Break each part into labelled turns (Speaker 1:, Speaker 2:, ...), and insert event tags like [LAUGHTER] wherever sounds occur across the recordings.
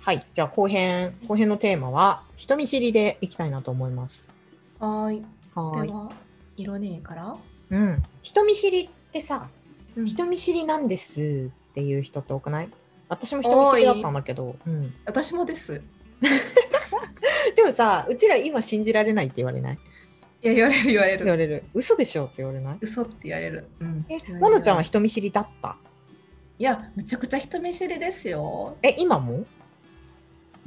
Speaker 1: はい、じゃあ後編、後編のテーマは人見知りでいきたいなと思います。
Speaker 2: はーい。こ
Speaker 1: は
Speaker 2: れ
Speaker 1: い。
Speaker 2: は色ねえから。
Speaker 1: うん。人見知りってさ、
Speaker 2: うん
Speaker 1: 人見知りなんですっていう人って多くない？私も人見知りだったんだけど、
Speaker 2: [LAUGHS]
Speaker 1: うん。
Speaker 2: 私もです。
Speaker 1: でもさ、うちら今信じられないって言われない？
Speaker 2: いや言われる言われ
Speaker 1: 言わ
Speaker 2: る。
Speaker 1: れる。嘘でしょって言われない？
Speaker 2: 嘘って言われる。うん
Speaker 1: え、モノちゃんはい人見知りだった？
Speaker 2: やめちゃくちゃ人見知りですよ。
Speaker 1: え、今も？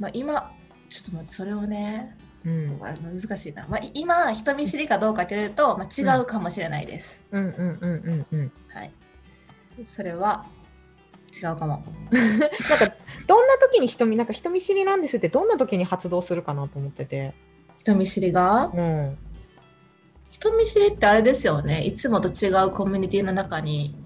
Speaker 2: まあ今ちょっと待ってそれをね、
Speaker 1: う。
Speaker 2: そうんあの難しいな。まあい今人見知りかどうかというとまあ違うかもしれないです。
Speaker 1: うんうんうんうんうん。
Speaker 2: はい。それは違うかも。
Speaker 1: なんかどんな時に人見なんか人見知りなんですってどんな時に発動するかなと思ってて。
Speaker 2: 人見知りが
Speaker 1: うん。
Speaker 2: 人見知りってあれですよねいつもと違うコミュニティの中に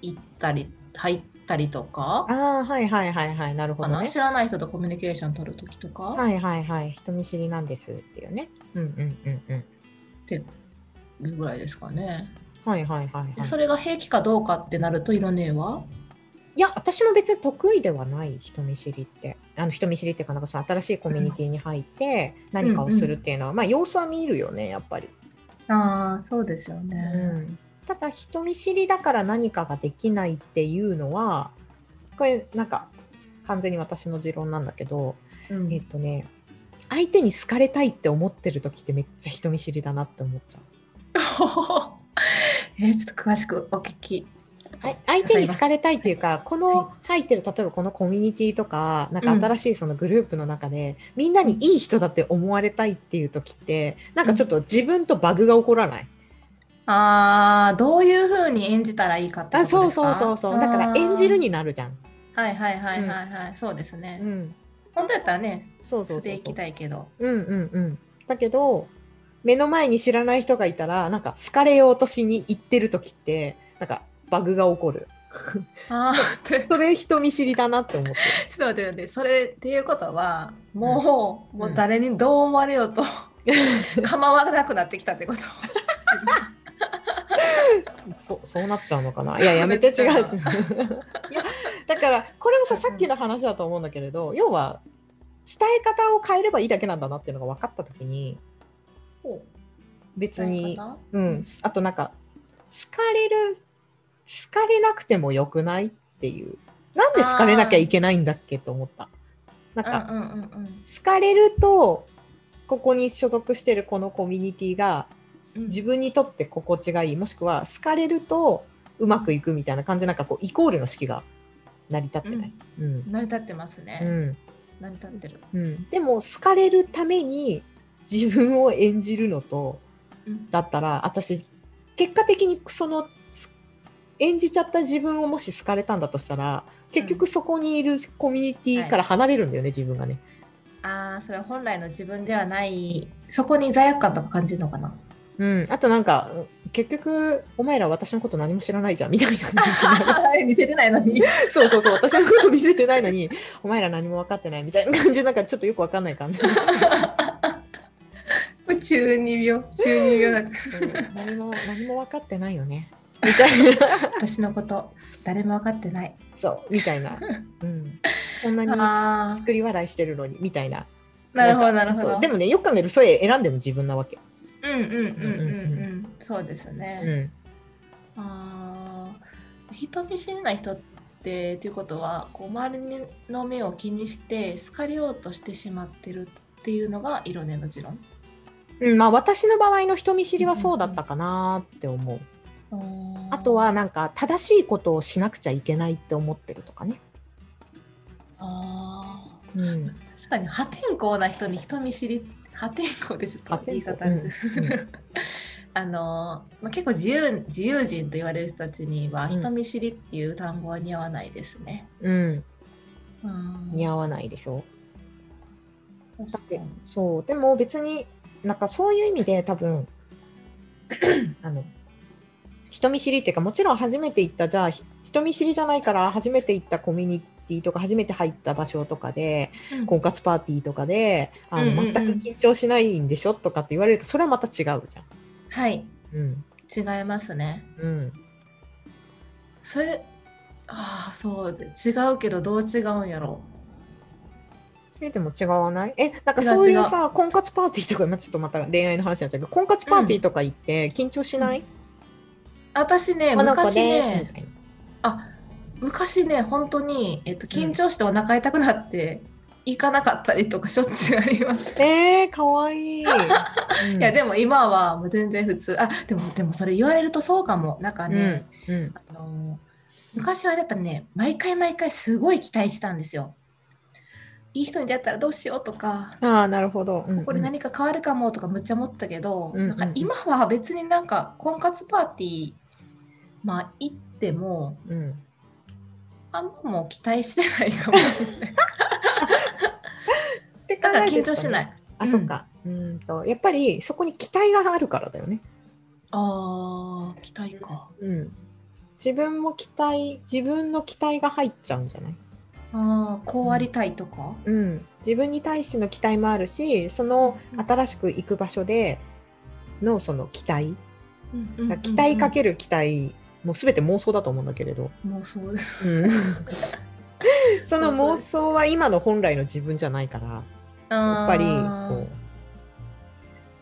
Speaker 2: 行ったり入ったりとか
Speaker 1: ああはいはいはいはいなるほ
Speaker 2: あ
Speaker 1: ど
Speaker 2: の
Speaker 1: ね
Speaker 2: 知。らない人とコミュニケーション取るときとか、
Speaker 1: はいはいはい人見知りなんですっていうね。うんうんうんうん。
Speaker 2: っていうぐらいですかね、
Speaker 1: はいはいはい、
Speaker 2: で
Speaker 1: はい。
Speaker 2: それが平気かどうかってなると色ねえわ
Speaker 1: いや私も別に得意ではない人見知りってあの人見知りっていうかなんかその新しいコミュニティに入って何かをするっていうのは、まあ様子は見るよねやっぱり。
Speaker 2: ああそうですよ
Speaker 1: う
Speaker 2: ね
Speaker 1: ん、ただ人見知りだから何かができないっていうのはこれなんか完全に私の持論なんだけど、
Speaker 2: [LAUGHS] うん
Speaker 1: えっとね相手に好かれたいって思ってる時ってめっちゃ人見知りだなって思っちゃう。
Speaker 2: えーちょっと詳しくお聞き
Speaker 1: はい相手に好かれたいっていうか、この入ってる、例えばこのコミュニティとか、なんか新しいそのグループの中で、みんなにいい人だって思われたいっていう時って、なんかちょっと自分とバグが起こらない。
Speaker 2: ああどういうふうに演じたらいいかってこと
Speaker 1: あ
Speaker 2: ですか
Speaker 1: そうそうそうそう。だから演じるになるじゃん。
Speaker 2: あーはいはいはいはいはい、そうですね、
Speaker 1: うん。
Speaker 2: 本当やったらね
Speaker 1: そうそう
Speaker 2: 素
Speaker 1: そ
Speaker 2: で
Speaker 1: う
Speaker 2: い
Speaker 1: そ
Speaker 2: き
Speaker 1: う。
Speaker 2: たいけど
Speaker 1: うんうんうん。だけど、目の前に知らない人がいたら、なんか好かれようとしに行ってる時って、なんかバグが起こる。
Speaker 2: ああちょっと
Speaker 1: それ人見知りだなって思ってる。
Speaker 2: 待って待ってそれっていうことはもう、もう誰にどう思われようと [LAUGHS] 構わなくなってきたってこと
Speaker 1: そそうなっちゃうのかな。いや、やめて違う。
Speaker 2: め
Speaker 1: 違
Speaker 2: っ
Speaker 1: う
Speaker 2: ち
Speaker 1: [LAUGHS]
Speaker 2: ゃ
Speaker 1: いや、だから、これもさ、
Speaker 2: うん
Speaker 1: さっきの話だと思うんだけれど、要は。伝え方を変えればいいだけなんだなっていうのが分かったときに、別に、うん、あとなんか。好かれる。好かれなくてもよくないっていう。なんで好かれなきゃいけないんだっけと思った。なん
Speaker 2: なん
Speaker 1: か、
Speaker 2: か、うんうんうん
Speaker 1: 好かれると。ここに所属してるこのコミュニティが
Speaker 2: うん、
Speaker 1: 自分にとって心地がいいもしくは好かれるとうまくいくみたいな感じでなんかこうイコールの式が成り立ってない。うん
Speaker 2: 成り立ってます
Speaker 1: う
Speaker 2: ね、
Speaker 1: ん
Speaker 2: 成り立ってる、
Speaker 1: うん、でも好かれるために自分を演じるのと
Speaker 2: うん
Speaker 1: だったら私結果的にそのす演じちゃった自分をもし好かれたんだとしたら結局そこにいるコミュニティから離れるんだよね、自分がね。
Speaker 2: ああそれは本来の自分ではないそこに罪悪感とか感じるのか [LAUGHS] な
Speaker 1: うん、あとなんか結局お前ら私のこと何も知らないじゃんみたいな感じになる
Speaker 2: 見せてないの [LAUGHS] に
Speaker 1: そうそうそう、私のこと見せてないのに、お前ら何も分かってないみたいな感じで、なんかちょっとよく分かんない感じ。そう
Speaker 2: 中二病中二病だから
Speaker 1: 何も、何も分かってないよね。みたい [LAUGHS] な。
Speaker 2: [LAUGHS] 私のこと誰も分かってない
Speaker 1: そう、みたいな。うん。こんな
Speaker 2: あ
Speaker 1: に作り笑いしてるのに、みたいな。
Speaker 2: あなるほど
Speaker 1: んか
Speaker 2: なるほ
Speaker 1: そ
Speaker 2: ど
Speaker 1: うでもね、よく考えるとそれ選んでも自分なわけ。
Speaker 2: うんうんうん
Speaker 1: う
Speaker 2: うん
Speaker 1: んうん
Speaker 2: うんうんそうです
Speaker 1: う
Speaker 2: ね、
Speaker 1: ん。
Speaker 2: ああー人見知りな人ってっていうことはこう周りの目を気にして好かれようとしてしまってるっていうのが色根の持論
Speaker 1: うん、まあ私の場合の人見知りはそうだったかなって思う。あとはなんか正しいことをしなくちゃいけないって思ってるとかね。
Speaker 2: あー
Speaker 1: うん、
Speaker 2: 確かに破天荒な人に人見知り破天荒ってちょっと言い方あれです
Speaker 1: 破天荒うんう
Speaker 2: [LAUGHS] あのーまあ、結構自由自由人と言われる人たちには
Speaker 1: ん
Speaker 2: 人見知りっていう単語は似合わないですね。
Speaker 1: うん、
Speaker 2: うん
Speaker 1: 似合わないでしょ。
Speaker 2: 確かに
Speaker 1: そうでも別になんかそういう意味で多分 [CLEARS THROAT] あの人見知りっていうかもちろん初めて行ったじゃあひ人見知りじゃないから初めて行ったコミュニティとか初めて入った場所とかで
Speaker 2: うん
Speaker 1: 婚活パーティーとかであの、
Speaker 2: うんうんう
Speaker 1: 全
Speaker 2: ん
Speaker 1: く緊張しないんでしょとかって言われるとそれはまた違うじゃん。
Speaker 2: はい
Speaker 1: うん
Speaker 2: 違いますね。
Speaker 1: うん、
Speaker 2: それああそうで違うけどどう違うんやろ
Speaker 1: えでも違わないえなんかそういうさ婚活パーティーとか今ちょっとまた恋愛の話になっちゃうけど婚活パーティーとか行って緊張しない、
Speaker 2: 私ね
Speaker 1: あなんか
Speaker 2: 昔
Speaker 1: ですみ
Speaker 2: ね
Speaker 1: たいな
Speaker 2: あ昔ね本当にえっと緊張してお腹痛くなって行かなかったりとかしょっちゅうありました。
Speaker 1: えー、かわいい、
Speaker 2: いやで
Speaker 1: も
Speaker 2: も今はもう全然普通あでもでもそれ言われるとそうかもなんかね、
Speaker 1: うんうん
Speaker 2: あの昔はやっぱね毎回毎回すごい期待してたんですよいい人に出会ったらどうしようとか
Speaker 1: ああなるほど、うんうん
Speaker 2: これ何か変わるかもとかむっちゃ思ってたけど、
Speaker 1: うんうん
Speaker 2: なんか今は別になんか婚活パーティーまあ行っても
Speaker 1: うん
Speaker 2: あんまもう期待してないかもし [LAUGHS] れない
Speaker 1: って考
Speaker 2: だから
Speaker 1: えて
Speaker 2: 緊
Speaker 1: ると
Speaker 2: 張してない、
Speaker 1: あそっかうんとやっぱりそこに期待があるからだよね
Speaker 2: あー期待か
Speaker 1: うん自分も期待自分の期待が入っちゃうんじゃない
Speaker 2: あーこうありたいとか、
Speaker 1: うん、自分に対しての期待もあるしその
Speaker 2: うん
Speaker 1: 新しく行く場所でのその期待、
Speaker 2: うんうんうんうん
Speaker 1: 期待かける期待もう全て妄想だと思うんだけれど、
Speaker 2: もうそうで
Speaker 1: [LAUGHS]
Speaker 2: す
Speaker 1: うんその妄想は今の本来の自分じゃないからやっぱり
Speaker 2: あー
Speaker 1: こう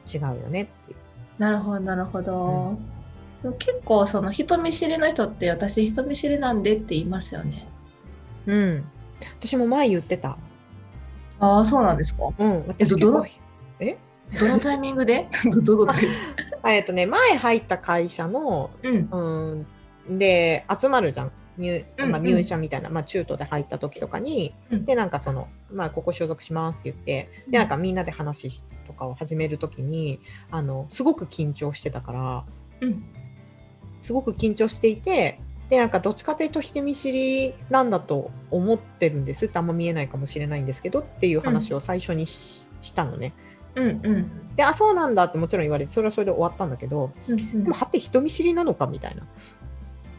Speaker 1: 違うよねっていう。
Speaker 2: なるほどなるほど、でも結構その人見知りの人って私人見知りなんでって言いますよね
Speaker 1: うん、私も前言ってた。
Speaker 2: ああそうなんですか
Speaker 1: うん、
Speaker 2: えっ
Speaker 1: 私
Speaker 2: と
Speaker 1: 結
Speaker 2: どの
Speaker 1: 構
Speaker 2: どのタイミングでど [LAUGHS] どのタイミン
Speaker 1: あえっとね前入った会社の
Speaker 2: グうん
Speaker 1: うん、で集まるじゃん入,、
Speaker 2: うんうん
Speaker 1: まあ、入社みたいな、まあ、中途で入った時とかに、
Speaker 2: うん
Speaker 1: でなんかその、まあ、ここ所属しますって言ってでなんかみんなで話とかを始める時にあのすごく緊張してたから
Speaker 2: うん
Speaker 1: すごく緊張していてでなんかどっちかというと人見知りなんだと思ってるんですってあんま見えないかもしれないんですけどっていう話を最初にし,、たのね。
Speaker 2: うんうん
Speaker 1: であそうなんだってもちろん言われてそれはそれで終わったんだけど
Speaker 2: うん
Speaker 1: で
Speaker 2: うん
Speaker 1: もはて人見知りなのかみたいな。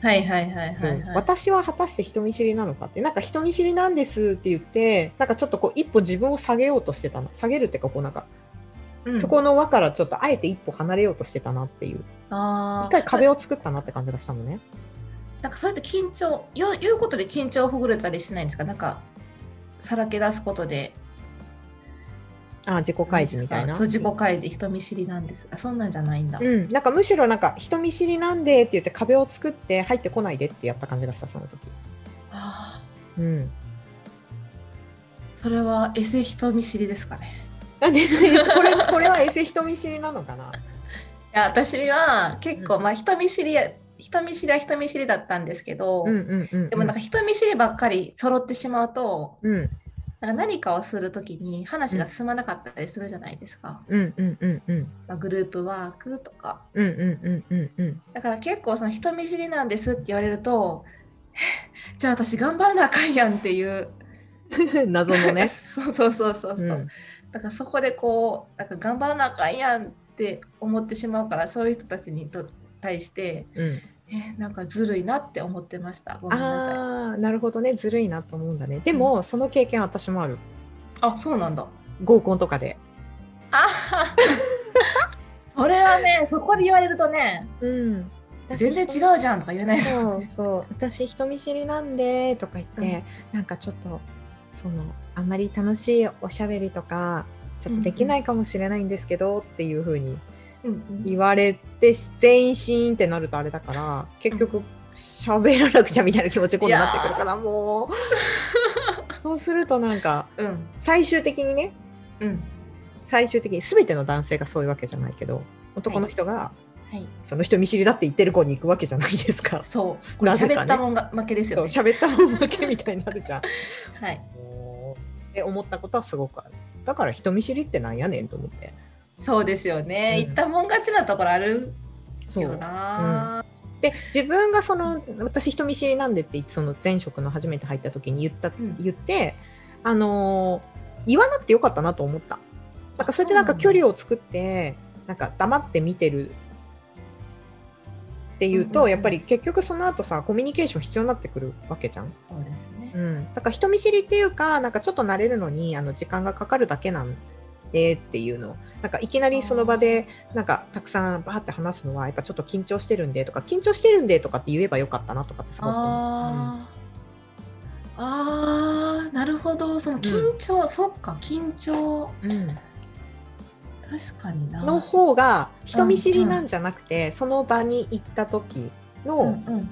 Speaker 2: はいはいはいはい
Speaker 1: うん
Speaker 2: はい
Speaker 1: 私は果たして人見知りなのかってなんか人見知りなんですって言ってなんかちょっとこう一歩自分を下げようとしてたの下げるっていうかこうなんか、
Speaker 2: うん
Speaker 1: そこの輪からちょっとあえて一歩離れようとしてたなっていう
Speaker 2: あ
Speaker 1: 一
Speaker 2: あ
Speaker 1: 回壁を作ったなって感じがしたのね
Speaker 2: なんかそうやって緊張よ言うことで緊張をほぐれたりしないんですかなんかさらけ出すことで
Speaker 1: あ自己開示みたいな
Speaker 2: そう自己開示人見知りなんですあそんなんじゃないんだ、
Speaker 1: うん、なんかむしろなんか人見知りなんでって言って壁を作って入ってこないでってやった感じがしたその時、
Speaker 2: あ
Speaker 1: うん、
Speaker 2: ーそれはエセ人見知りですかね
Speaker 1: なんでこれこれはエセ人見知りなのかない
Speaker 2: や私は結
Speaker 1: う
Speaker 2: 構、まあ、人見知りや人見知りは人見知りだったんですけど、
Speaker 1: うんうんうん、うん、
Speaker 2: でもなんか人見知りばっかり揃ってしまうと
Speaker 1: うん
Speaker 2: なんか何かをするときに話が進まなかったりするじゃないですか、
Speaker 1: うんうんうんうん
Speaker 2: まあ、グループワークとか
Speaker 1: うんうんうんうんうん
Speaker 2: だから結構その人見知りなんですって言われると [LAUGHS] じゃあ私頑張らなあかんやんっていう
Speaker 1: うん謎のね
Speaker 2: [LAUGHS] そうそうそうそうそう、
Speaker 1: うん
Speaker 2: だからそこでこうなんか頑張らなあかんやんって思ってしまうからそういう人たちにと対して
Speaker 1: うん
Speaker 2: えなんかずるいなって思ってました。ごめんなさい。
Speaker 1: ああーなるほどねずるいなと思うんだねでも、その経験私もある
Speaker 2: あそうなんだ。
Speaker 1: 合コンとかで
Speaker 2: あ [LAUGHS] それはね、そこで言われるとね、
Speaker 1: うん
Speaker 2: 全然違うじゃんとか言えないですよ
Speaker 1: そう
Speaker 2: ね。
Speaker 1: そう私人見知りなんでとか言って、なんかちょっとそのあんまり楽しいおしゃべりとかちょっとできないかもしれないんですけど、っていう風に
Speaker 2: うん
Speaker 1: 言われて全員シーンってなるとあれだから結局喋らなくちゃみたいな気持ち今度なってくるからもう [LAUGHS] そうするとなんか
Speaker 2: うん
Speaker 1: 最終的にね
Speaker 2: うん。
Speaker 1: 最終的に全ての男性がそういうわけじゃないけど男の人が
Speaker 2: はい。
Speaker 1: その人見知りだって言ってる子に行くわけじゃないですか。
Speaker 2: そう。これ
Speaker 1: なぜかね
Speaker 2: 喋ったもんが負けです
Speaker 1: そう
Speaker 2: よね。
Speaker 1: 喋ったもんだけみたいになるじゃん。
Speaker 2: はい。
Speaker 1: って思ったことはすごくある。だから人見知りってなんやねんと思って。
Speaker 2: そうですよね。
Speaker 1: うん
Speaker 2: 言ったもん勝ちなところある
Speaker 1: そ
Speaker 2: よ
Speaker 1: う
Speaker 2: な。
Speaker 1: で自分がその私人見知りなんでってその前職の初めて入った時に言った、
Speaker 2: ん
Speaker 1: 言ってあのー言わなくてよかったなと思ったなんかそれでなんか
Speaker 2: そうな
Speaker 1: 距
Speaker 2: んだ
Speaker 1: 離を作ってなんか黙って見てるっていうと、
Speaker 2: うんうんうん
Speaker 1: やっぱり結局その後さコミュニケーション必要になってくるわけじゃん、
Speaker 2: そうですね。
Speaker 1: うん、だから人見知りっていうかなんかちょっと慣れるのにあの時間がかかるだけなんでっていうのなんかいきなりその場でなんかたくさんバーって話すのはやっぱちょっと緊張してるんでとか緊張してるんでとかって言えばよかったなとかってすごく思う
Speaker 2: あーあー、ななるほどその緊張、そっか緊張
Speaker 1: うん、
Speaker 2: 確かにな
Speaker 1: の方が人見知りなんじゃなくて、その場に行った時
Speaker 2: うん
Speaker 1: の
Speaker 2: うん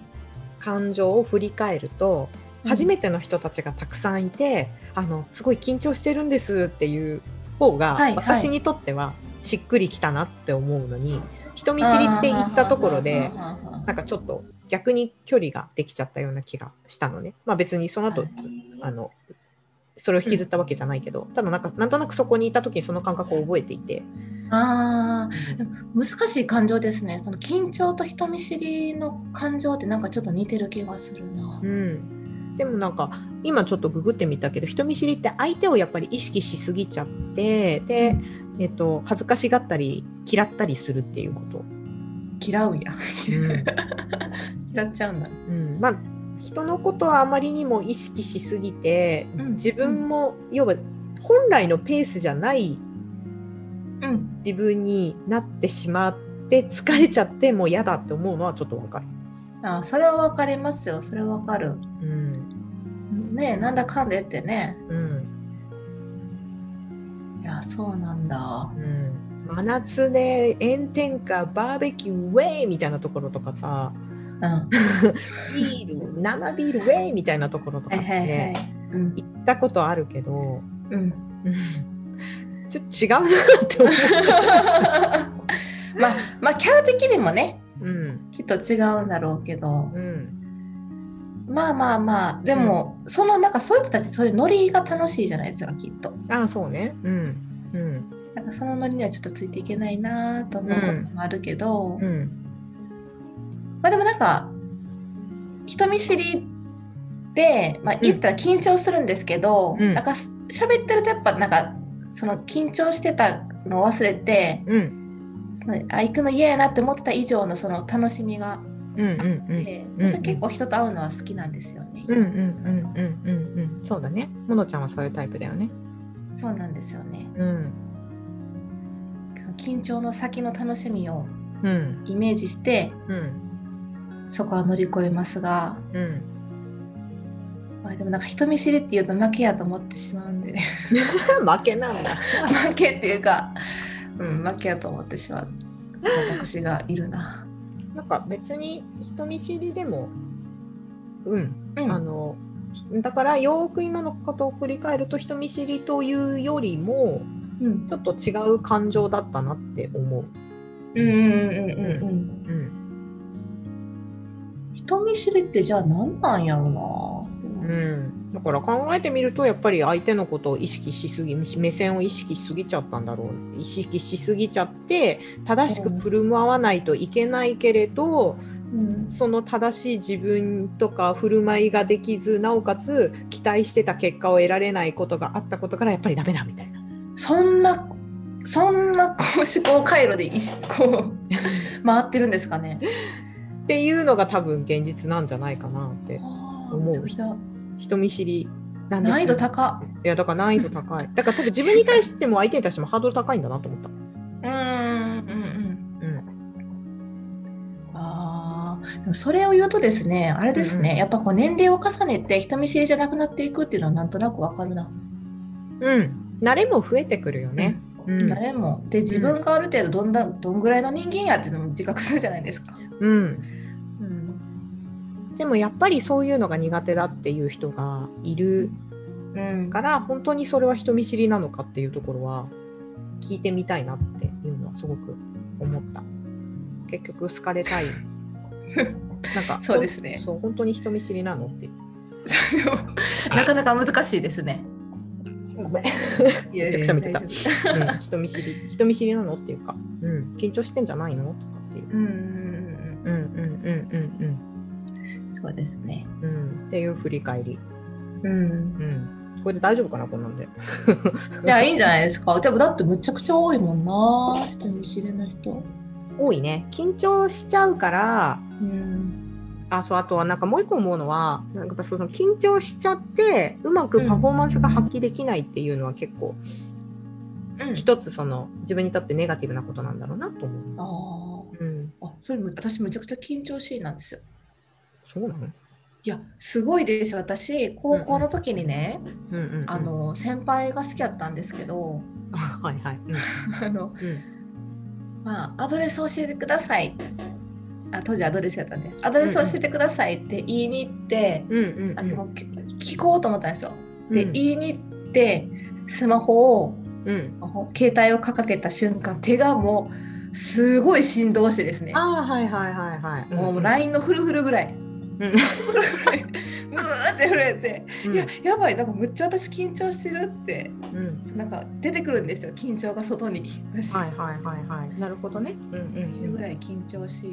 Speaker 1: 感情を振り返ると、初
Speaker 2: て、
Speaker 1: めての人たちがたくさんいてあのすごい緊張してるんですっていう方が、
Speaker 2: はいはい
Speaker 1: 私にとってはしっくりきたなって思うのに人見知りって言ったところで
Speaker 2: あー
Speaker 1: なんかちょっと逆に距離ができちゃったような気がしたのね。まあ、別にその後、あのそれを引きずったわけじゃないけど、ただなんかなんとなくそこにいた時にその感覚を覚えていて、
Speaker 2: あーでも難しい感情ですねその緊張と人見知りの感情ってなんかちょっと似てる気がするな、
Speaker 1: うん、でもなんか今ちょっとググってみたけど人見知りって相手をやっぱり意識しすぎちゃってで、えっと恥ずかしがったり嫌ったりするっていうこと、
Speaker 2: 嫌うや
Speaker 1: うん
Speaker 2: 嫌っちゃうんだ
Speaker 1: うんまあ人のことはあまりにも意識しすぎて
Speaker 2: うん
Speaker 1: 自分も、要は本来のペースじゃない
Speaker 2: うん
Speaker 1: 自分になってしまって疲れちゃってもう嫌だって思うのはちょっとわかる。
Speaker 2: あーそれは分かりますよそれは分かる
Speaker 1: うん
Speaker 2: ねえなんだかんでってね
Speaker 1: うん
Speaker 2: いやそうなんだ
Speaker 1: うん真夏で炎天下バーベキューウェイみたいなところとかさ
Speaker 2: うんは
Speaker 1: ビール生ビールウェイみたいなところとか
Speaker 2: い
Speaker 1: っ
Speaker 2: は
Speaker 1: て、
Speaker 2: いはいうん
Speaker 1: 行ったことあるけど
Speaker 2: うん
Speaker 1: うんちょっと違うなって思
Speaker 2: [LAUGHS] まあまあキャラ的にもね
Speaker 1: う。うん
Speaker 2: きっと違うんだろうけど
Speaker 1: うん
Speaker 2: まあまあまあでも、そのなんかそういう人たちそういうノリが楽しいじゃないですかきっと
Speaker 1: ああそうね。うんうん
Speaker 2: なんかそのノリにはちょっとついていけないなと思うこともあるけど、
Speaker 1: うん
Speaker 2: まあでもなんか人見知りで、まあ、言ったら緊張するんですけど、
Speaker 1: うん
Speaker 2: なんかす喋ってるとやっぱなんかその緊張してたのを忘れて
Speaker 1: うん
Speaker 2: そのあ行くの嫌やなって思ってた以上のその楽しみが
Speaker 1: うんうん
Speaker 2: あ
Speaker 1: う
Speaker 2: っ
Speaker 1: ん
Speaker 2: て、
Speaker 1: うん
Speaker 2: 私は結構人と会うのは好きなんですよね。
Speaker 1: うんうんうんうんうんうんそうだね。ものちゃんはそういうタイプだよね。
Speaker 2: そうなんですよね
Speaker 1: うん
Speaker 2: その緊張の先の楽しみを
Speaker 1: うん
Speaker 2: イメージして
Speaker 1: うん
Speaker 2: そこは乗り越えますが、
Speaker 1: うん。
Speaker 2: まあ、でもなんか人見知りっていうと負けやと思ってしまうんで
Speaker 1: 負けなんだ。
Speaker 2: 負けっていうか、うん、負けやと思ってしまう私がいるな。
Speaker 1: なんか別に人見知りでもうん
Speaker 2: うん、
Speaker 1: あのだからよーく今のことを振り返ると人見知りというよりも
Speaker 2: うん
Speaker 1: ちょっと違う感情だったなって思う。
Speaker 2: うんうんうんうんうん
Speaker 1: うん
Speaker 2: 人見知りってじゃあ何なんやろうな。
Speaker 1: だから考えてみるとやっぱり相手のことを意識しすぎ目線を意識しすぎちゃったんだろう意識しすぎちゃって正しく振る舞わないといけないけれど、
Speaker 2: うん
Speaker 1: その正しい自分とか振る舞いができずなおかつ期待してた結果を得られないことがあったことからやっぱりダメだみたいな。
Speaker 2: そんなそんなこう思考回路でいしこ [LAUGHS] う回ってるんですかね。
Speaker 1: っていうのが多分現実なんじゃないかなって
Speaker 2: 思
Speaker 1: 思う人見知りなんです
Speaker 2: 難易度高っ。
Speaker 1: いやだから難易度高いだから多分自分に対しても相手に対してもハードル高いんだなと思った、
Speaker 2: うんうんうん。
Speaker 1: うん、
Speaker 2: ああ、でもそれを言うとですね、あれですね、
Speaker 1: うんうん
Speaker 2: やっぱこう年齢を重ねて人見知りじゃなくなっていくっていうのはなんとなくわかるな。
Speaker 1: うん、慣れも増えてくるよね、う
Speaker 2: うん
Speaker 1: ん
Speaker 2: 誰も。で、自分がある程度どんだどんぐらいの人間やっていうのも自覚するじゃないですか。
Speaker 1: うん、
Speaker 2: うん。
Speaker 1: でもやっぱりそういうのが苦手だっていう人がいる
Speaker 2: うん、
Speaker 1: から本当にそれは人見知りなのかっていうところは聞いてみたいなっていうのはすごく思った結局好かれ
Speaker 2: [LAUGHS]
Speaker 1: たいなんか
Speaker 2: そうですね
Speaker 1: そう本当に人見知りなのっていう
Speaker 2: でも [LAUGHS] なかなか難しいですね。
Speaker 1: ごめん
Speaker 2: いやいや
Speaker 1: めちゃくちゃ見てた
Speaker 2: 大丈夫
Speaker 1: うん人見知り人見知りなのっていうか、うん、緊張してんじゃないのとかっていう。
Speaker 2: うんうん
Speaker 1: うんうんうん
Speaker 2: うんうん。そうですね。
Speaker 1: うんうんうんっていう振り返り。
Speaker 2: うん。
Speaker 1: うん、これで大丈夫かなこんなんで。
Speaker 2: いや、いいんじゃないですか。でもだってむちゃくちゃ多いもんな、人見知りの人。
Speaker 1: 多いね緊張しちゃうから
Speaker 2: うん。
Speaker 1: あそうあとはなんかもう一個思うのはなんかやっぱその緊張しちゃってうまくパフォーマンスが発揮できないっていうのは結構、
Speaker 2: うん、
Speaker 1: 一つその自分にとってネガティブなことなんだろうなと思う。う
Speaker 2: あ
Speaker 1: ん、
Speaker 2: ーあ。それむ私むちゃくちゃ緊張しいなんですよ。
Speaker 1: そうなの
Speaker 2: いやすごいですよ私高校の時にね、
Speaker 1: うんうんうん
Speaker 2: あの先輩が好きだったんですけど
Speaker 1: [LAUGHS]
Speaker 2: [LAUGHS]
Speaker 1: はいはい。うん
Speaker 2: あの、まあ、アドレス教えてくださいあ当時アドレスやったんでアドレス教えてくださいって言いに行って、
Speaker 1: うんうん
Speaker 2: あのき聞こうと思ったんですよ。
Speaker 1: うん
Speaker 2: で、言いに行ってスマホを
Speaker 1: うん。
Speaker 2: 携帯を掲げた瞬間手がもうすごい振動してですね
Speaker 1: ああはいはいはいはい。
Speaker 2: もう
Speaker 1: ライ
Speaker 2: LINE のフル [LAUGHS] フルぐらい。
Speaker 1: うん
Speaker 2: うわーって震えて、
Speaker 1: ン
Speaker 2: いややばいなんかむっちゃ私緊張してるって
Speaker 1: うん。
Speaker 2: そうなんか出てくるんですよ緊張が外に私、
Speaker 1: はいはいはいはい。なるほどね。うん
Speaker 2: いうぐらい緊張し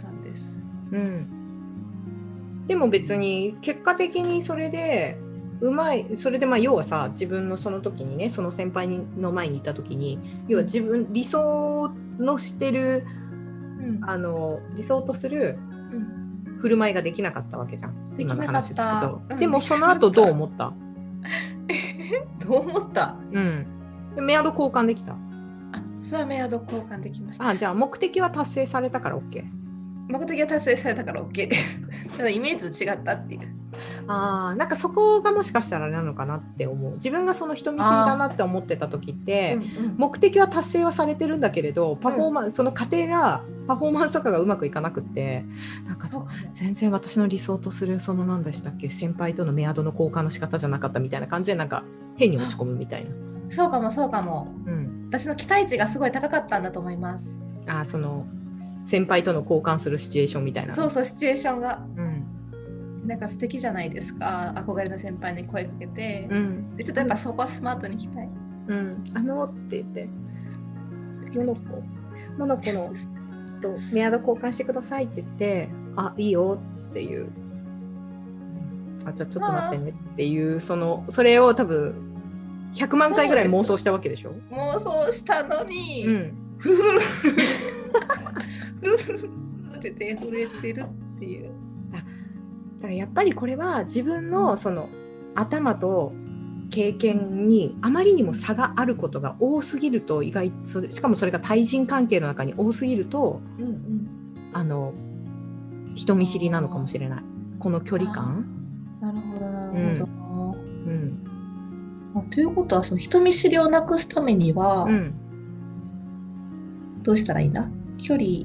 Speaker 2: たんです
Speaker 1: うんうん。でも別に結果的にそれでうまいそれでまあ要はさ自分のその時にねその先輩の前にいた時に要は自分理想のしてる
Speaker 2: うん
Speaker 1: あの理想とする
Speaker 2: うん
Speaker 1: 振る舞いができなかったわけじゃん。
Speaker 2: できなかった
Speaker 1: 今の話聞くと
Speaker 2: うん
Speaker 1: でもその後どう思
Speaker 2: [LAUGHS]
Speaker 1: った？
Speaker 2: どう思った
Speaker 1: うん。メアド交換できた。
Speaker 2: あそれはメアド交換できました
Speaker 1: あじゃあ目的は達成されたから OK。
Speaker 2: 目的が達成されたから OK ですただイメー [LAUGHS] ジと違ったっていう
Speaker 1: あーなんかそこがもしかしたらあれなのかなって思う。自分がその人見知りだなって思ってた時って、
Speaker 2: も
Speaker 1: 目的は達成はされてるんだけれどパフォーマンス、その過程がパフォーマンスとかがうまくいかなくってなんか
Speaker 2: そうかも
Speaker 1: 全然私の理想とするその何でしたっけ先輩とのメアドの交換の仕方じゃなかったみたいな感じでなんか変に落ち込むみたいな。
Speaker 2: そうかもそうかも
Speaker 1: うん、
Speaker 2: 私の期待値がすごい高かったんだと思います
Speaker 1: あーその先輩との交換するシチュエーションみたいな。
Speaker 2: そうそうシチュエーションが
Speaker 1: うん
Speaker 2: なんか素敵じゃないですか憧れの先輩に声かけて、
Speaker 1: うん
Speaker 2: でちょっとやっぱそこはスマートに行きたい
Speaker 1: うん、あのって言って、モノコ、モノコのとメアド交換してくださいって言って、あ、いいよっていう。あ、じゃあちょっと待ってねっていう、その、それを多分、100万回ぐらい妄想したわけでしょ
Speaker 2: 妄想したのに、
Speaker 1: うん。
Speaker 2: フルフルフルフルフルフルって手震えてるっていう
Speaker 1: だからやっぱりこれは自分のその頭と経験にあまりにも差があることが多すぎると意外それしかもそれが対人関係の中に多すぎると
Speaker 2: うんうん
Speaker 1: あの人見知りなのかもしれないこの距離感、
Speaker 2: なるほどなるほど、
Speaker 1: うん
Speaker 2: まあということはその人見知りをなくすためには、
Speaker 1: うん、
Speaker 2: どうしたらいいんだ距離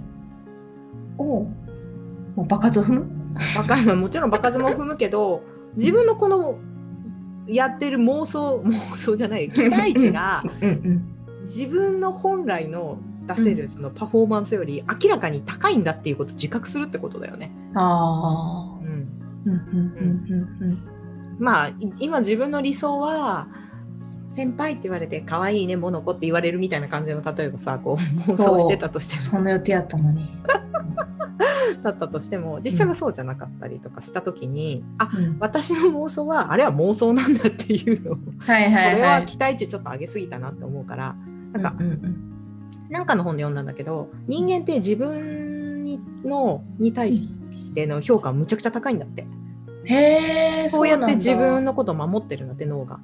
Speaker 2: をもう爆発を踏む
Speaker 1: バカまあもちろん場数も踏むけど自分のこのやってる妄想妄想じゃない期待値が
Speaker 2: うんうん
Speaker 1: 自分の本来の出せるそのパフォーマンスより明らかに高いんだっていうことを自覚するってことだよね。
Speaker 2: ああ
Speaker 1: うん、
Speaker 2: うんうんうんうん
Speaker 1: まあい今自分の理想は先輩って言われて可愛いねモノコって言われるみたいな感じの例えばさこう妄想してたとして
Speaker 2: うん
Speaker 1: も
Speaker 2: そんな予定やったのに、
Speaker 1: だったとしても実際はそうじゃなかったりとかした時に、あ
Speaker 2: うん
Speaker 1: 私の妄想はあれは妄想なんだっていうのを、
Speaker 2: [LAUGHS] はいは
Speaker 1: こ
Speaker 2: い
Speaker 1: れ
Speaker 2: は
Speaker 1: はい期待値ちょっと上げすぎたなって思うからなんか
Speaker 2: う、んうん
Speaker 1: なんかの本で読んだんだけど人間って自分にのに対しての評価はむちゃくちゃ高いんだって
Speaker 2: うんへえ
Speaker 1: こうやって自分
Speaker 2: の
Speaker 1: のことを守ってるんだって脳が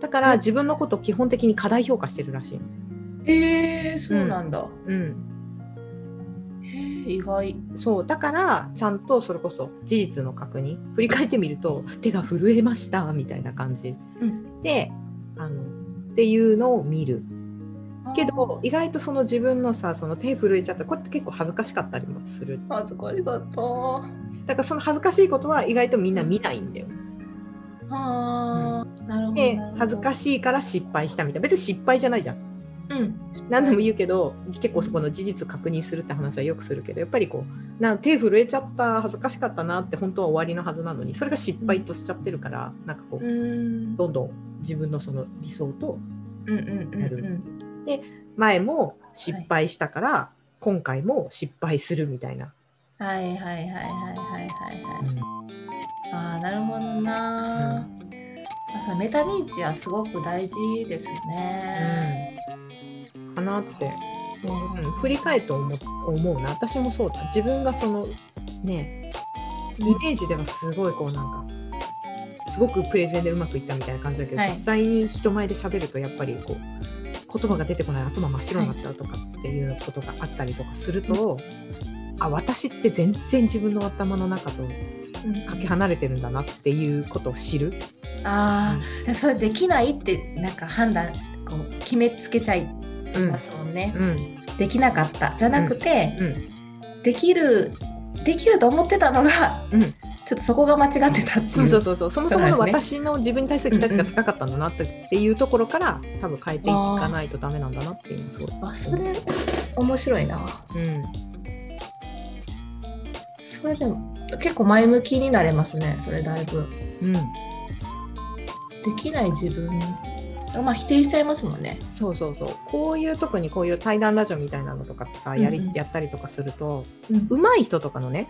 Speaker 1: だから自分のことを基本的に過大評価してるらしい、
Speaker 2: へえそうなんだ、
Speaker 1: うん、
Speaker 2: へえ意外
Speaker 1: そうだからちゃんとそれこそ事実の確認振り返ってみると手が震えましたみたいな感じ
Speaker 2: うん
Speaker 1: であのっていうのを見るけど意外とその自分のさその手震えちゃったこれって結構恥ずかしかったりもする
Speaker 2: あー恥ずかしかったは
Speaker 1: だからその恥ずかしいことは意外とみんな見ないんだよ
Speaker 2: あ、なるほど
Speaker 1: で恥ずか
Speaker 2: し
Speaker 1: しいから失敗したみたいな別に失敗じゃないじゃん
Speaker 2: い、うん、
Speaker 1: 何度も言うけど結構そこの事実確認するって話はよくするけどやっぱりこうなん手震えちゃった恥ずかしかったなって本当は終わりのはずなのにそれが失敗としちゃってるからなんかこ
Speaker 2: う
Speaker 1: うんどんどん自分のその理想と
Speaker 2: うんうんうん
Speaker 1: やる前も失敗したから、今回も失敗するみたいな。
Speaker 2: はいはいはいはいはいはいはいああなるほどな、あそのメタ認知はすごく大事ですね、
Speaker 1: うんかなって、
Speaker 2: う
Speaker 1: うん、振り返ると思う思うな私もそうだ自分がそのねイメージではすごいこうなんかすごくプレゼンでうまくいったみたいな感じだけど、
Speaker 2: はい
Speaker 1: 実際に人前で喋るとやっぱりこう言葉が出てこない頭真っ白になっちゃうとかっていうことがあったりとかすると、あ私って全然自分の頭の中とかけ離れてるんだなっていうことを知る
Speaker 2: ああ、それできないってなんか判断こう決めつけちゃいますもんね、
Speaker 1: うん
Speaker 2: できなかったじゃなくて、
Speaker 1: うん
Speaker 2: できるできると思ってたのが
Speaker 1: うん
Speaker 2: ちょっとそこが間違ってたっていう
Speaker 1: そうそうそうそうそもそもの
Speaker 2: そうなんで
Speaker 1: 私の自分に対する期待値が高かったんだなってっていうところから多分変えていかないとダメなんだなっていうのはすごい
Speaker 2: あそれ面白いな
Speaker 1: うん
Speaker 2: それでも結構前向きになれますねそれだいぶ
Speaker 1: うん
Speaker 2: できない自分まあ否定しちゃいますもんね
Speaker 1: そうそうそうこういう特にこういう対談ラジオみたいなのとかってさやり、
Speaker 2: うんうん
Speaker 1: やったりとかすると
Speaker 2: うん
Speaker 1: 上手い人とかのね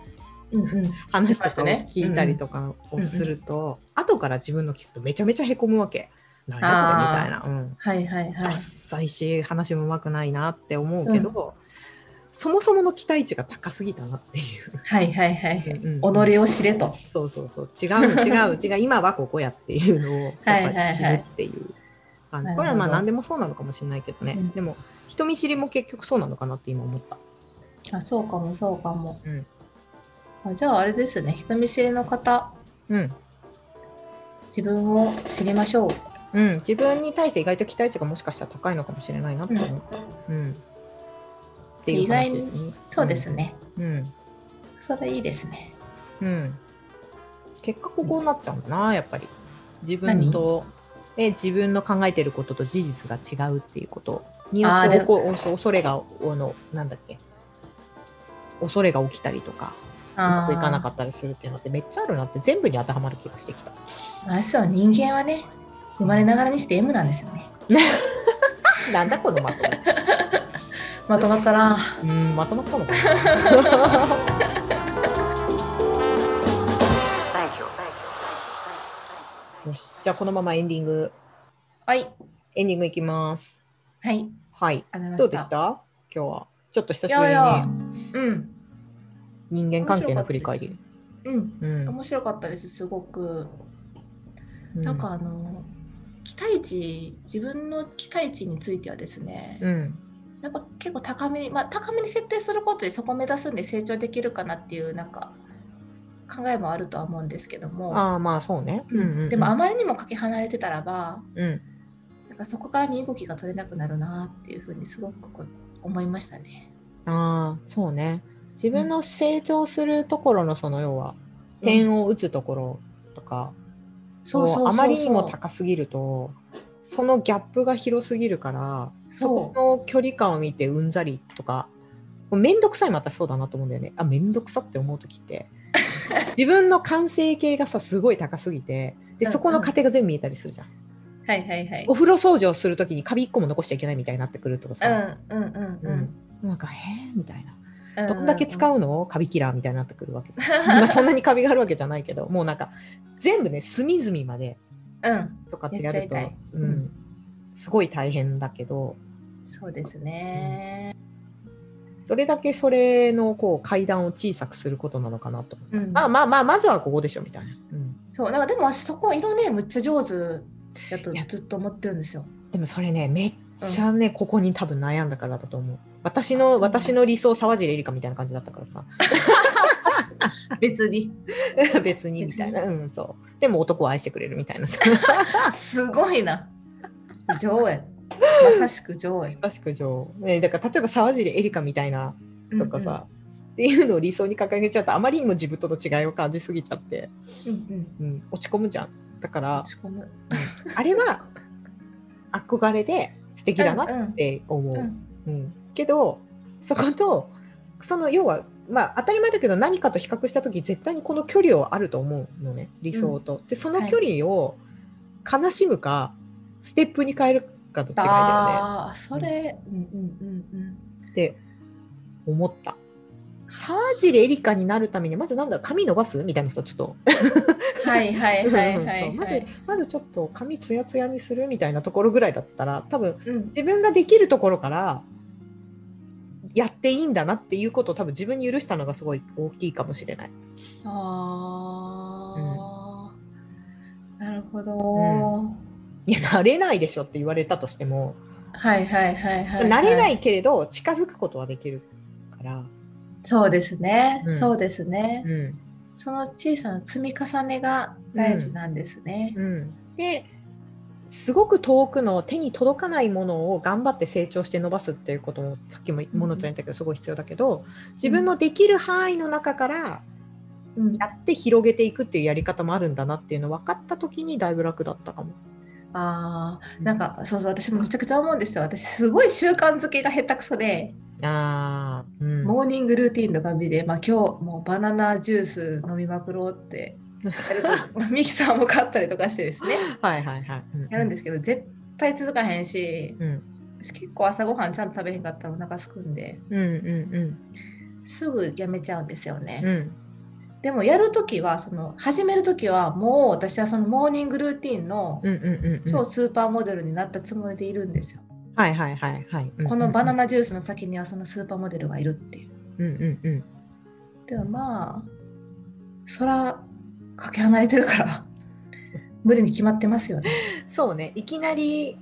Speaker 2: うんうん
Speaker 1: 話とかを
Speaker 2: ね
Speaker 1: 聞いたりとかをすると、後から自分の聞くとめちゃめちゃへこむわけ。なん
Speaker 2: あー
Speaker 1: だこれみたいな。うん
Speaker 2: はいはいは
Speaker 1: ダ
Speaker 2: い
Speaker 1: ッサいし話もうまくないなって思うけど、そもそもの期待値が高すぎたなっていう。
Speaker 2: はいはいはい、
Speaker 1: うん
Speaker 2: 己を知れと
Speaker 1: そうそうそう違う違う違う今はここやっていうのをやっぱり知るっていう感
Speaker 2: はいはいはい
Speaker 1: じこれはまあ
Speaker 2: なるほど
Speaker 1: 何でもそうなのかもしれないけどね、
Speaker 2: うん
Speaker 1: でも人見知りも結局そうなのかなって今思った。
Speaker 2: あそうかもそうかも、
Speaker 1: うん
Speaker 2: あじゃああれですね人見知りの方
Speaker 1: うん
Speaker 2: 自分を知りましょう
Speaker 1: うん、自分に対して意外と期待値がもしかしたら高いのかもしれないなって思う。うん。っていう話ですね。
Speaker 2: そうです。ね、
Speaker 1: うん。
Speaker 2: それいいですね
Speaker 1: うん。結果ここになっちゃうんだな、やっぱり。自分と、え自分の考えてることと事実が違うっていうことによ
Speaker 2: あ
Speaker 1: っ
Speaker 2: ー
Speaker 1: て
Speaker 2: で
Speaker 1: 起こ恐恐れが、あの、なんだっけ。恐れが起きたりとか、うまくいかなかったりするっていうのってめっちゃあるなって全部に当てはまる気がしてきた。
Speaker 2: あれですよ人間はね生まれながらにして M なんですよね
Speaker 1: なんだこのまと
Speaker 2: [LAUGHS]
Speaker 1: め。
Speaker 2: まとまったな
Speaker 1: うん、まとまったのかな。
Speaker 2: [LAUGHS]
Speaker 1: よし、じゃあこのままエンディング、
Speaker 2: はい
Speaker 1: エンディングいきます。
Speaker 2: はい
Speaker 1: はい。
Speaker 2: ありがと
Speaker 1: ど
Speaker 2: う
Speaker 1: う
Speaker 2: ござい
Speaker 1: で
Speaker 2: ま
Speaker 1: し
Speaker 2: した
Speaker 1: た今日は。ちょっと久し
Speaker 2: い
Speaker 1: ぶり
Speaker 2: やいや
Speaker 1: に
Speaker 2: うん
Speaker 1: 人間関係の振り返り。
Speaker 2: うん
Speaker 1: うん
Speaker 2: 面白かったですすごく、
Speaker 1: う
Speaker 2: なんかあの期待値自分の期待値についてはですね、
Speaker 1: うん。
Speaker 2: やっぱ結構高めに、まあ、高めに設定することでそこを目指すんで成長できるかなっていうなんか考えもあるとは思うんですけども、
Speaker 1: ああ、まあそうね。
Speaker 2: うん
Speaker 1: うんうん
Speaker 2: でもあまりにもかけ離れてたらば
Speaker 1: うん。
Speaker 2: なんかそこから身動きが取れなくなるなっていうふうにすごくこう思いましたね。
Speaker 1: ああ、そうね。自分の成長するところのその要は、点を打つところとか、
Speaker 2: そうそうそうそう
Speaker 1: あまりにも高すぎるとそのギャップが広すぎるから
Speaker 2: そ
Speaker 1: そうこの距離感を見てうんざりとかもうめんどくさいまたそうだなと思うんだよねあめんどくさって思う時って
Speaker 2: [LAUGHS]
Speaker 1: 自分の完成形がさすごい高すぎてで
Speaker 2: うん
Speaker 1: そこの過程が全部見えたりするじゃん、
Speaker 2: はいはいはい
Speaker 1: お。風呂掃除をする時にカビ1個も残しちゃいけないみたいになってくるとか
Speaker 2: うん
Speaker 1: さ、
Speaker 2: うんうんうん
Speaker 1: うんなんかえーみたいな
Speaker 2: うん。
Speaker 1: どんだけ使
Speaker 2: う
Speaker 1: うのカビキラーみたいになってくるわけじ
Speaker 2: [LAUGHS]
Speaker 1: ゃん今そんなにカビがあるわけじゃないけどもうなんか全部ね隅々まで
Speaker 2: んうん。
Speaker 1: とかってやると
Speaker 2: やっちゃいたい
Speaker 1: うん、すごい大変だけど
Speaker 2: そうですね。
Speaker 1: どれだけそれのこう階段を小さくすることなのかなと、
Speaker 2: うん
Speaker 1: まあまあまあまずはここでしょみたいな、うん
Speaker 2: そうなんかでも私そこ色ねむっちゃ上手だと
Speaker 1: いや
Speaker 2: ずっと思ってるんですよ。
Speaker 1: でもそれねめっちゃね、ここに多分悩んだからだと思う私の
Speaker 2: そうなんだ
Speaker 1: 私の理想沢尻エリカみたいな感じだったからさ [LAUGHS]
Speaker 2: 別に。
Speaker 1: 別にみたいな、うん、そうでも男を愛してくれるみたい
Speaker 2: [LAUGHS]
Speaker 1: なさ
Speaker 2: すごいな。
Speaker 1: [LAUGHS]
Speaker 2: 上演。まさしく上演。
Speaker 1: 優しく情、ね、だから例えば沢尻エリカみたいなとかさ、っていうのを理想に掲げちゃうとあまりにも自分との違いを感じすぎちゃって
Speaker 2: うんうん。うんうん。
Speaker 1: うん、落ち込むじゃんだから
Speaker 2: 落ち込む。
Speaker 1: あれ
Speaker 2: [LAUGHS]
Speaker 1: は憧れで素敵だなっ
Speaker 2: うん
Speaker 1: て思う、
Speaker 2: う
Speaker 1: うん
Speaker 2: うんん
Speaker 1: けどそことその要はまあ当たり前だけど何かと比較した時絶対にこの距離はあると思うのね理想と、でその距離を悲しむか、ステップに変えるかの違いだよね
Speaker 2: ああ、それ。うんうんうんうん。
Speaker 1: って思った。沢尻エリカになるためにまずなんだ髪伸ばすみたいなさちょっと
Speaker 2: はいはいはい
Speaker 1: [LAUGHS]
Speaker 2: は
Speaker 1: そう
Speaker 2: い。
Speaker 1: まずまずちょっと髪ツヤツヤにするみたいなところぐらいだったら多分
Speaker 2: うん。
Speaker 1: 自分ができるところからやっていいんだなっていうことを多分自分に許したのがすごい大きいかもしれない。
Speaker 2: ああ。なるほど。
Speaker 1: いや慣れないでしょって言われたとしても、
Speaker 2: はいはいはいはい。。
Speaker 1: 慣れないいけれど近づくことはできるから、
Speaker 2: そうですね
Speaker 1: う。ん
Speaker 2: そうですね。
Speaker 1: うん
Speaker 2: その小さな積み重ねが大事なんですね。
Speaker 1: うん、ですごく遠くの手に届かないものを頑張って成長して伸ばすっていうこともさっきもものちゃん言ったけどすごい必要だけど自分のできる範囲の中から
Speaker 2: うん
Speaker 1: やって広げていくっていうやり方もあるんだなっていうの分かった時にだいぶ楽だったかも。
Speaker 2: あーなんかそうそう私もめちゃくちゃ思うんですよ私すごい習慣づけが下手くそで、
Speaker 1: あー、うん、
Speaker 2: モーニングルーティンのかびで、まあ、今日もうバナナジュース飲みまくろうってやる
Speaker 1: [LAUGHS]
Speaker 2: とミキサーも買ったりとかしてですね
Speaker 1: はいはいはい。。
Speaker 2: やるんですすけど絶対続かへんし
Speaker 1: うん
Speaker 2: 私結構朝ごはんちゃんと食べへんかったらお腹すくんで
Speaker 1: うんうん
Speaker 2: すぐやめちゃうんですよね
Speaker 1: うん。う、ん
Speaker 2: でもやるときはその始めるときはもう私はそのモーニングルーティンの
Speaker 1: うんうんうんうん。
Speaker 2: 超スーパーモデルになったつもりでいるんですよ、
Speaker 1: はいはいはいはい。
Speaker 2: このバナ
Speaker 1: ナ。
Speaker 2: ナジュースの先にはそのスーパーモデルがいるっていう
Speaker 1: うんうんうん。
Speaker 2: でもまあそらかけ離れてるから無理に決まってますよね
Speaker 1: そうね、いきなり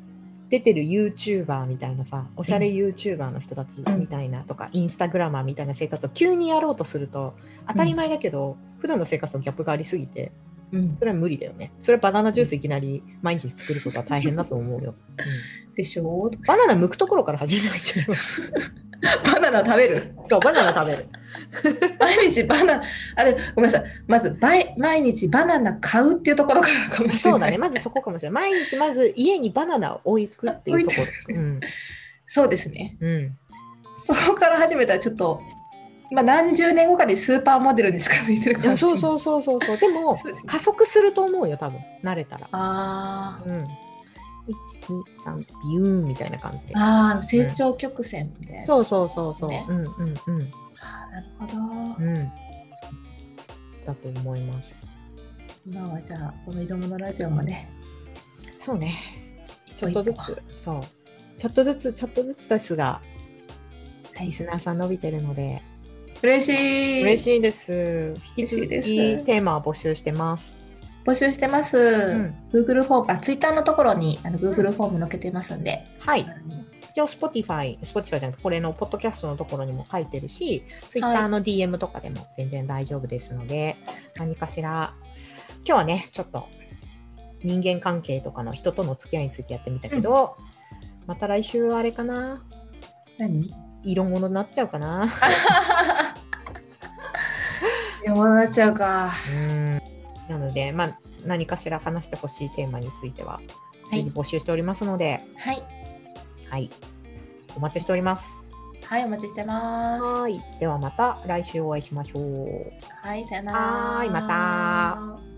Speaker 1: 出てる YouTuber みたいなさ、おしゃれ YouTuber の人たちみたいなとか、インスタグラマーみたいな生活を急にやろうとすると、当たり前だけど、普段の生活とギャップがありすぎて、
Speaker 2: うん
Speaker 1: それは無理だよね。それはバナナジュースいきなり毎日作ることは大変だと思うよ。うん
Speaker 2: でしょうと
Speaker 1: バナナ剥くところから始めないといけない。
Speaker 2: バナナ食べる
Speaker 1: そう、バナナ食べる。
Speaker 2: 毎日バナナあれごめんなさいまず毎毎日バナナ買うっていうところからかもし
Speaker 1: そ
Speaker 2: れな
Speaker 1: う
Speaker 2: い
Speaker 1: だ [LAUGHS] ね、まずそこかもしれない。毎日まず家にバナナを置くっていうところ。うん。
Speaker 2: そうですね
Speaker 1: うん。
Speaker 2: そこから始めたらちょっと、まあ、何十年後かにスーパーモデルに近づいてる
Speaker 1: い
Speaker 2: か
Speaker 1: や
Speaker 2: もしれな
Speaker 1: そ
Speaker 2: いう
Speaker 1: そうそうそうそう。でも、
Speaker 2: そうですね
Speaker 1: 加速すると思うよ、多分慣れたら。
Speaker 2: あー
Speaker 1: うん、123ビューンみたいな感じで
Speaker 2: あー成長曲線みたいな、
Speaker 1: そうそうそうそう、
Speaker 2: ね
Speaker 1: うんうんうん
Speaker 2: あーなるほ
Speaker 1: う
Speaker 2: ど、
Speaker 1: んだと思います
Speaker 2: 今はじゃあこの色物ラジオもね
Speaker 1: そうねちょっとずつそうちょっとずつちょっとずつですがリスナーさん伸びてるので
Speaker 2: 嬉しい
Speaker 1: 嬉しいです引き続き
Speaker 2: 嬉しいです
Speaker 1: テーマを募集してます、
Speaker 2: 募集してます、
Speaker 1: ん
Speaker 2: Google フォームあ Twitter のところにあの Google フォーム載っけてますんで、
Speaker 1: はい
Speaker 2: あの
Speaker 1: 一応 Spotify Spotify じゃなくてこれのポッドキャストのところにも書いてるし Twitter の DM とかでも全然大丈夫ですので、何かしら今日はねちょっと人間関係とかの人との付き合いについてやってみたけど、また来週あれかな
Speaker 2: 何
Speaker 1: 色物になっちゃうかな
Speaker 2: [LAUGHS] 色物になっちゃうか
Speaker 1: うん [LAUGHS] なのでまあ何かしら話してほしいテーマについては随時募集しておりますので、
Speaker 2: はい
Speaker 1: はい、お待ちしております。
Speaker 2: はいお待ちしてます
Speaker 1: はい、ではまた来週お会いしましょう。
Speaker 2: はい、さよなら。
Speaker 1: はーいまた